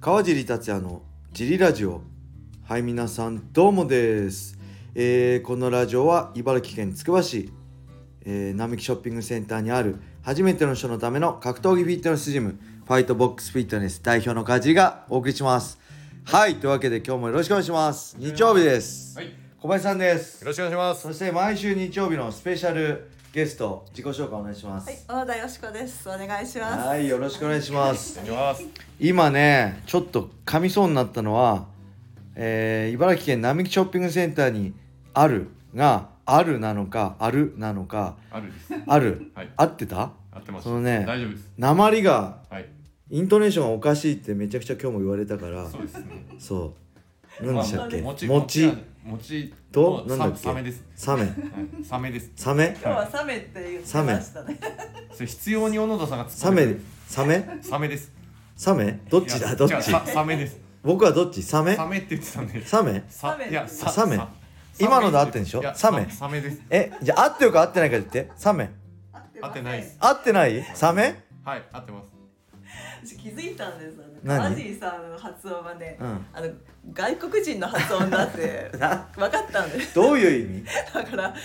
川尻達也のジリラジオはい皆さんどうもです、えーこのラジオは茨城県つくば市、えー並木ショッピングセンターにある初めての人のための格闘技フィットネスジムファイトボックスフィットネス代表の川尻がお送りしますはいというわけで今日もよろしくお願いします日曜日です、はいよ小林さんですろしくお願いしますそして毎週日曜日のスペシャルゲスト自己紹介お願いします、はい、小野田よしこです。お願いします。はい、よろしくお願いしますお。願いし今ね、ちょっと噛みそうになったのは、えー茨城県並木ショッピングセンターにあるが、あるなのか、あるなのか、ますあるですある、はい合ってた合ってますそのね大丈夫です鉛が、はいイントネーションがおかしいってめちゃくちゃ今日も言われたから、そうですねそう。何でしたっけ、まあ餅餅餅と、のなんだっけサメですサメ。はいサメですサメ今日はサメって言ってました ね。それ必要に小野田さんが突サっ込んでくメるサメサメですサメどっちいだやどっ違うちさサメです僕はどっちサメサメって言ってたんでサメサメいやさサメさ今ので合ってんでしょいやサメサメですえ、じゃあ合ってるか合ってないか言って。サメ。合ってないです合ってないサメはい合ってます私気づいたんですよね。何マジーさんの発音がね、うんあの外国人の発音だ ってな分かったんです。 どういう意味だからが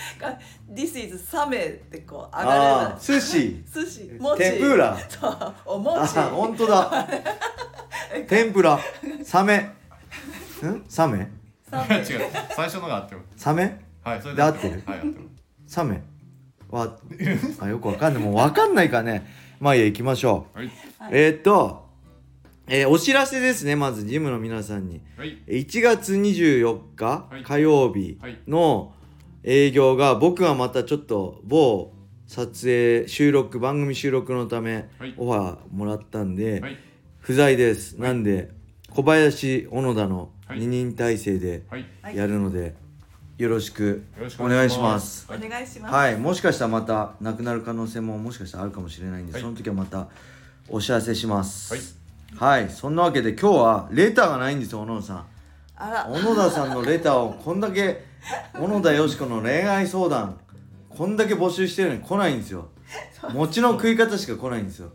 This is サメってこう上があるあ、。寿司。寿司、もち、天ぷら。そう、おもあ、ち、本当 だ。天ぷら。サメ。んサメサいやメ 違う最初のが合ってますサメはいそれで合ってるはい合ってますサメは、あ、よくわかんない。もうわかんないからね。まあいいや、行きましょ。はいうえーっと、えーお知らせですね、まず、ジムの皆さんに。はい1月24日はい火曜日の営業が僕はまたちょっと某撮影収録番組収録のためはいオファーもらったんではい不在ですなんで小林小野田のはい二人体制ではいよはいやるのでよろしくろしくお願いしますお願いします。はいもしかしたらまたなくなる可能性ももしかしたらあるかもしれないんではいその時はまたお知らせしますはいそんなわけで今日はレターがないんですよ小野田さんあら、小野田さんのレターをこんだけ小野田よしこの恋愛相談こんだけ募集してるのに来ないんですよ餅の食い方しか来ないんですよ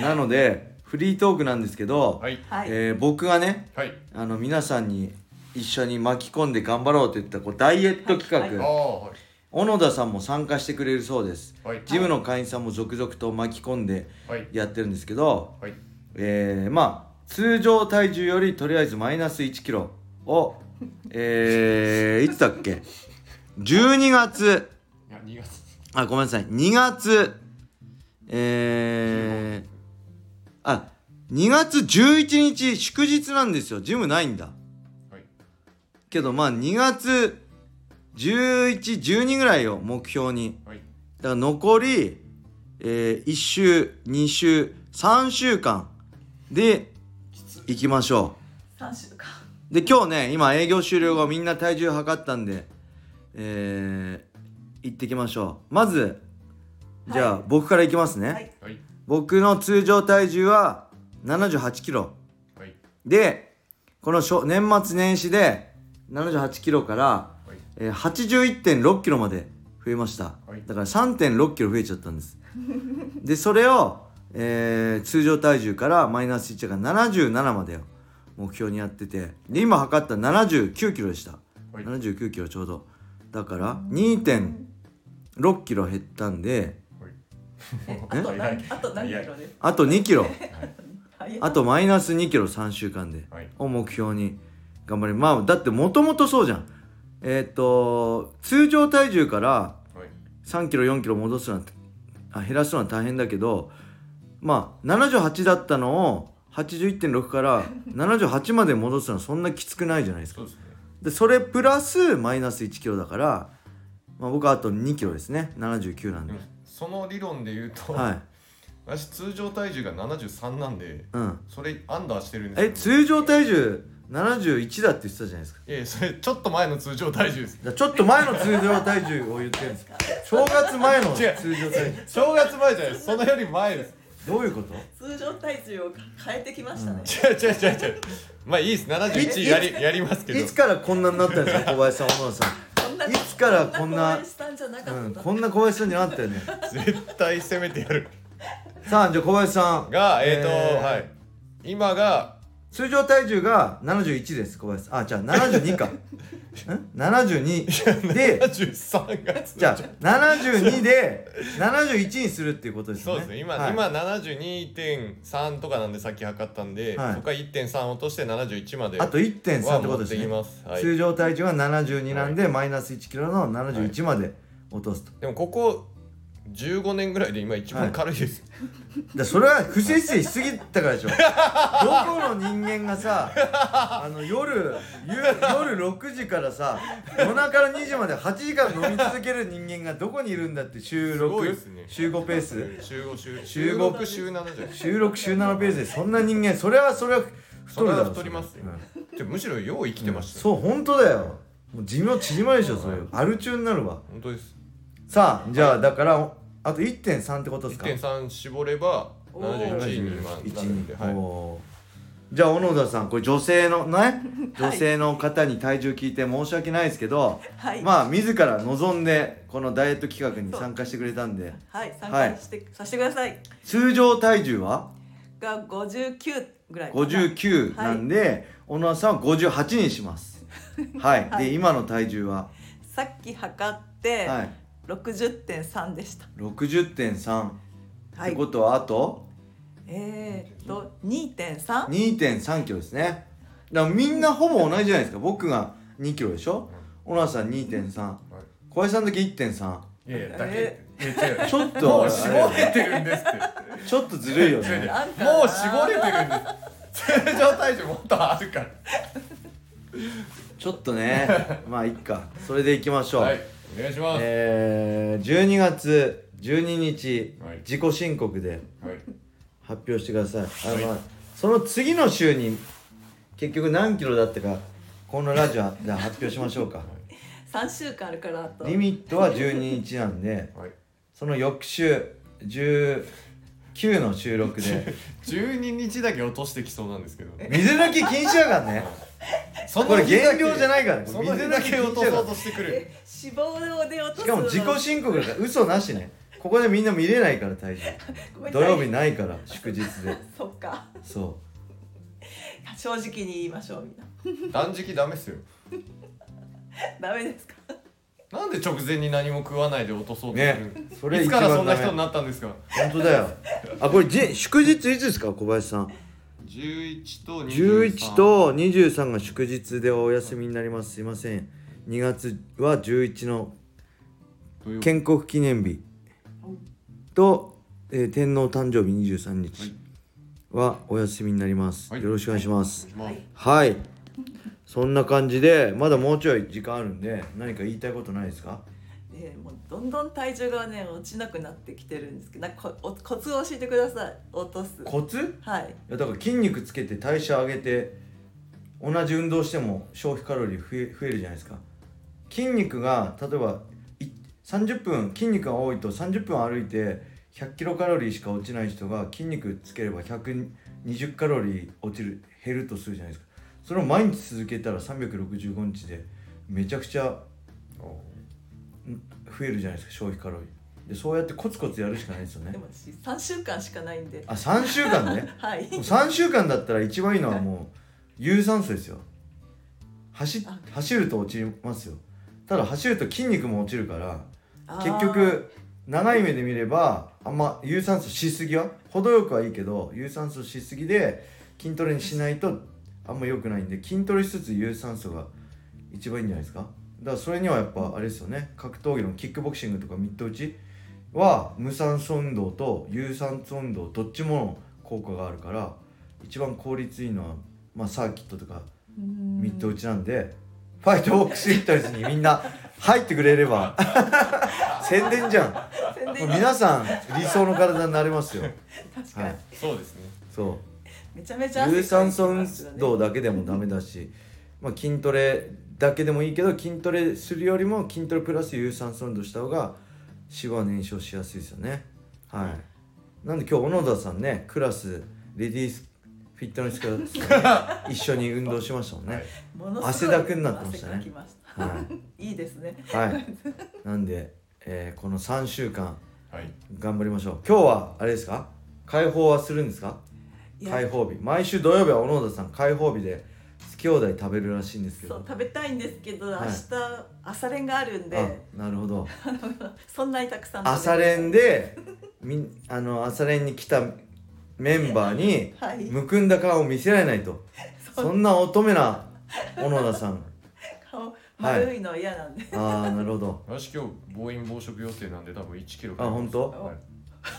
なのでフリートークなんですけど、はいはい、えー僕がねはいあの皆さんに一緒に巻き込んで頑張ろうといったこうダイエット企あ画、あはい小野田さんも参加してくれるそうですはいジムの会員さんも続々と巻き込んではいやってるんですけど、はいえー、まあ通常体重よりとりあえずマイナス1キロをえー、いつだっけ12月いや2月あごめんなさい2月えー、あ2月11日祝日なんですよジムないんだはいけどまあ2月1112ぐらいを目標にはいだから残り、え1週2週3週間でいきましょ三週間。うで今日ね今営業終了後みんな体重測ったんでえー、行ってきましょうまずじゃあ、は僕からいきますね、はいはい僕の通常体重は7 8キロはいでこの初年末年始で7 8キロからはいえー81.6キロまで増えました、はいだから3.6キロ増えちゃったんです でそれを、えー通常体重からマイナス1から77までを目標にやっててで今測った79キロでした、はい79キロちょうどだから2.6キロ減ったんでえ、あとはいは何い、あと何キロです。あと2キロはいあとマイナス2キロ3週間ではいを目標に頑張りまあだってもともとそうじゃんえーっと通常体重からはい3キロ4キロ戻すのはあ減らすのは大変だけどまあ78だったのを81.6から78まで戻すのはそんなきつくないじゃないですかそうですねでそれプラスマイナス1キロだから、まあ、僕はあと2キロですね79なんででもその理論で言うと、はい私通常体重が73なんでうんそれアンダーしてるんえですよ通常体重71だって言ってたじゃないですかえそれちょっと前の通常体重ですだからちょっと前の通常体重を言ってるんですか正月前の違う通常体重正月前じゃないですそのより前ですどういうこと通常体重を変えてきましたね。違う違う違う違うまあいいです71やりやりますけどいつからこんなになったんですか小林さん小野さこんないつからこんなこんしたんじゃなかった、ん、うん、こんな小林さんになったよね絶対攻めてやるさあじゃあ小林さんがえっ、ー、と、えーはい今が通常体重が71です小林さんあじゃあ72か ん72で73月じゃあ72で71にするっていうことですそようねですね今、はい今72.3とかなんでさっき測ったんで、はいそこから1.3落として71まであと1.3ってことですねは持ってきますはい通常体重が72なんで、マイナス1キロの71まで落とすと、でもここ15年ぐらいで今一番軽いです、でそれは不摂生しすぎた からでしょどこの人間がさあの夜夕夜6時からさ夜中の2時まで8時間飲み続ける人間がどこにいるんだって週すごい6、ですね週5ペース週5週週週五6週7じゃない週6週7ペースでそんな人間それはそれは太るだろそれは太りますようんでもむしろよう生きてました、そう本当だよもう寿命縮まるでしょそれはいアル中になるわ本当ですさあじゃあだからあと1.3ってことですか1.3絞れば71に今なるんで、はい、おーじゃあ小野田さんこれ女性のね女性の方に体重聞いて申し訳ないですけど、はい、まあ自ら望んでこのダイエット企画に参加してくれたんではい、参加して、させてください。通常体重はが59ぐらい。 59なんで、小野田さんは58にしますはい、はいで今の体重は、さっき測って、はい、 60.3でした。 60.3っはてい。ことはあとえー、っと、2.3。 2.3キロですねだからみんなほぼ同じじゃないですか僕が2キロでしょ小野田さん2.3小林さんだけ1.3いやいやだけえいや違うちょっともうあ絞れれてるんですってちょっとずるいよ 違う違うねなんかなもう絞れてるんです 正常体重もっとあるからちょっとねまあいっかそれでいきましょう、はいお願いします、えー、12月12日、はい自己申告ではい発表してくださいあの、はいその次の週に結局何キロだったかこのラジオで発表しましょうか3週間あるからあと。リミットは12日なんではいその翌週19の収録で 12日だけ落としてきそうなんですけど水抜き禁止やからねそこれ日だ減け量じゃないからその日だけ落とそうとしてくるえ脂肪で落とすしかも自己申告だから嘘なしねここでみんな見れないから体重 告土曜日ないから祝日でそっか そ正直に言いましょうみんな 断食ダメっすよダメですかなんで直前に何も食わないで落とそうとするねそれいつからそんな一番ダメ人になったんですかう本当だよあこれじ祝日いつですか小林さん11と11と23が祝日でお休みになりますすいません2月は11の健建国記念日と、えー天皇誕生日23日はお休みになりますはよいろしくお願いしますまあはいはいそんな感じでまだもうちょい時間あるんで何か言いたいことないですかえーもうどんどん体重がね落ちなくなってきてるんですけどなんかこおコツを教えてください落とすコツはいいやだから筋肉つけて代謝上げて同じ運動しても消費カロリー増え増えるじゃないですか筋肉が例えばい30分筋肉が多いと30分歩いて100キロカロリーしか落ちない人が筋肉つければ120カロリー落ちる減るとするじゃないですかそれを毎日続けたら365日でめちゃくちゃん増えるじゃないですか消費カロリーでそうやってコツコツやるしかないですよでねも私3週間しかないんであ3週間ねはいもう3週間だったら一番いいのはもう有酸素ですよ走あ走ると落ちますよただ走ると筋肉も落ちるからあー結局長い目で見ればあんま有酸素しすぎは程よくはいいけど有酸素しすぎで筋トレにしないとあんま良くないんで筋トレしつつ有酸素が一番いいんじゃないですかだからそれにはやっぱあれですよね格闘技のキックボクシングとかミット打ちは無酸素運動と有酸素運動どっちも効果があるから一番効率いいのは、まあ、サーキットとかうーんミット打ちなんで、ファイトボクシングタリスにみんな入ってくれれ ば宣伝じゃん宣伝もう皆さん理想の体になれますよ確かに、はいそうですねそうめちゃめちゃ汗か有いてま酸素運すよね動だけでもダメだし、まあ、筋トレだけでもいいけど筋トレするよりも筋トレプラス有酸素運動した方が脂肪は燃焼しやすいですよねはいなんで今日小野田さんねクラスレディースフィットネスクラスで、ね、一緒に運動しましたもんねものすごい汗だくになってましたね汗かきましはいたいいですねはい、なんで、えーこの3週間はい頑張りましょう今日はあれですか解放はするんですかいや開放日毎週土曜日は小野田さん開放日で好き兄弟食べるらしいんですけそうど食べたいんですけど、はい明日朝練があるんあでなるほどそんなにたくさん食べれない朝練でみんあの朝練に来たメンバーにはいむくんだ顔を見せられないとそんな乙女な小野田さん顔丸いのは嫌なんで、ああなるほど私今日暴飲暴食予定なんで多分1キロあ本当はい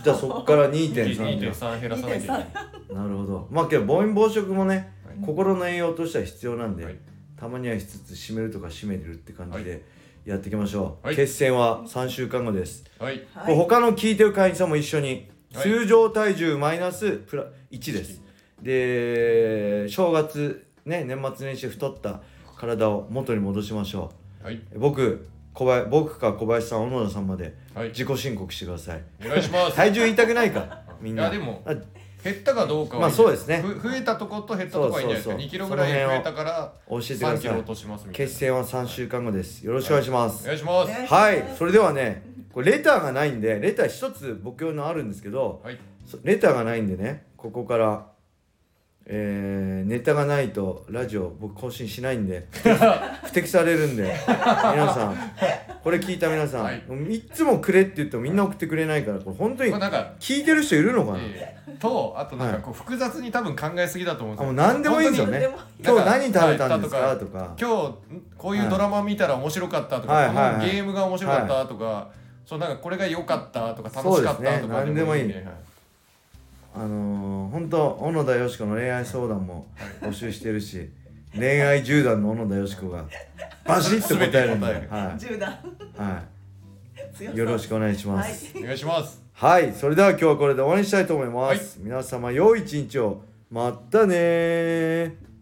じゃあそこから2.3で2.3減らさなきゃいけないなるほどまあけど暴飲暴食もねはい心の栄養としては必要なんで、はいたまにはしつつ締めるとか締めるって感じでやっていきましょう、はい決戦は3週間後です、はいはこれい、他の聞いてる会員さんも一緒にはい通常体重マイナスプラ1ですで正月ね年末年始太った体を元に戻しましょはい、う僕小林僕か小林さん小野田さんまではい、自己申告してくださいお願いします、体重言いたくないかみんいなやでもあ減ったかどうかはまあそうですねふ増えたとこと減ったとこはいいんじゃないですそうそうかそう2キロぐらい増えたから教えてくだ3キロさい落としますみたいな決戦は3週間後ですよろしくお願いしますお願いしますねはい、それではね、これレターがないんで、レター一つ僕用のあるんですけど、はいそレターがないんでね、ここから、えーネタがないとラジオ僕更新しないんで、不適されるんで、皆さん、これ聞いた皆さん、はいい、つもくれって言ってもみんな送ってくれないから、これ本当にまあなんか聞いてる人いるのかな、えーとあとなんかこう複雑に多分考えすぎだと思うんあですもう何でもよいいんですよ本ね当に。でも今日な何ん食かべたんですはかいとか、今日んこういうドラマ見たら面白かったとか、はいはいこはのいゲームが面白かったとか、そうなんかこれが良かったとか楽そしうでかすっねたとかでもいいんで、はいあのー、本当小野田よしこの恋愛相談も募集してるし、恋愛十段の小野田よしこがバシッと答えるんで、全ては柔軟い、は強い、よろししくお願いしくまはいす。お願いしますはい、それでは今日はこれで終わりにしたいと思います。皆様良い一日を。またねー。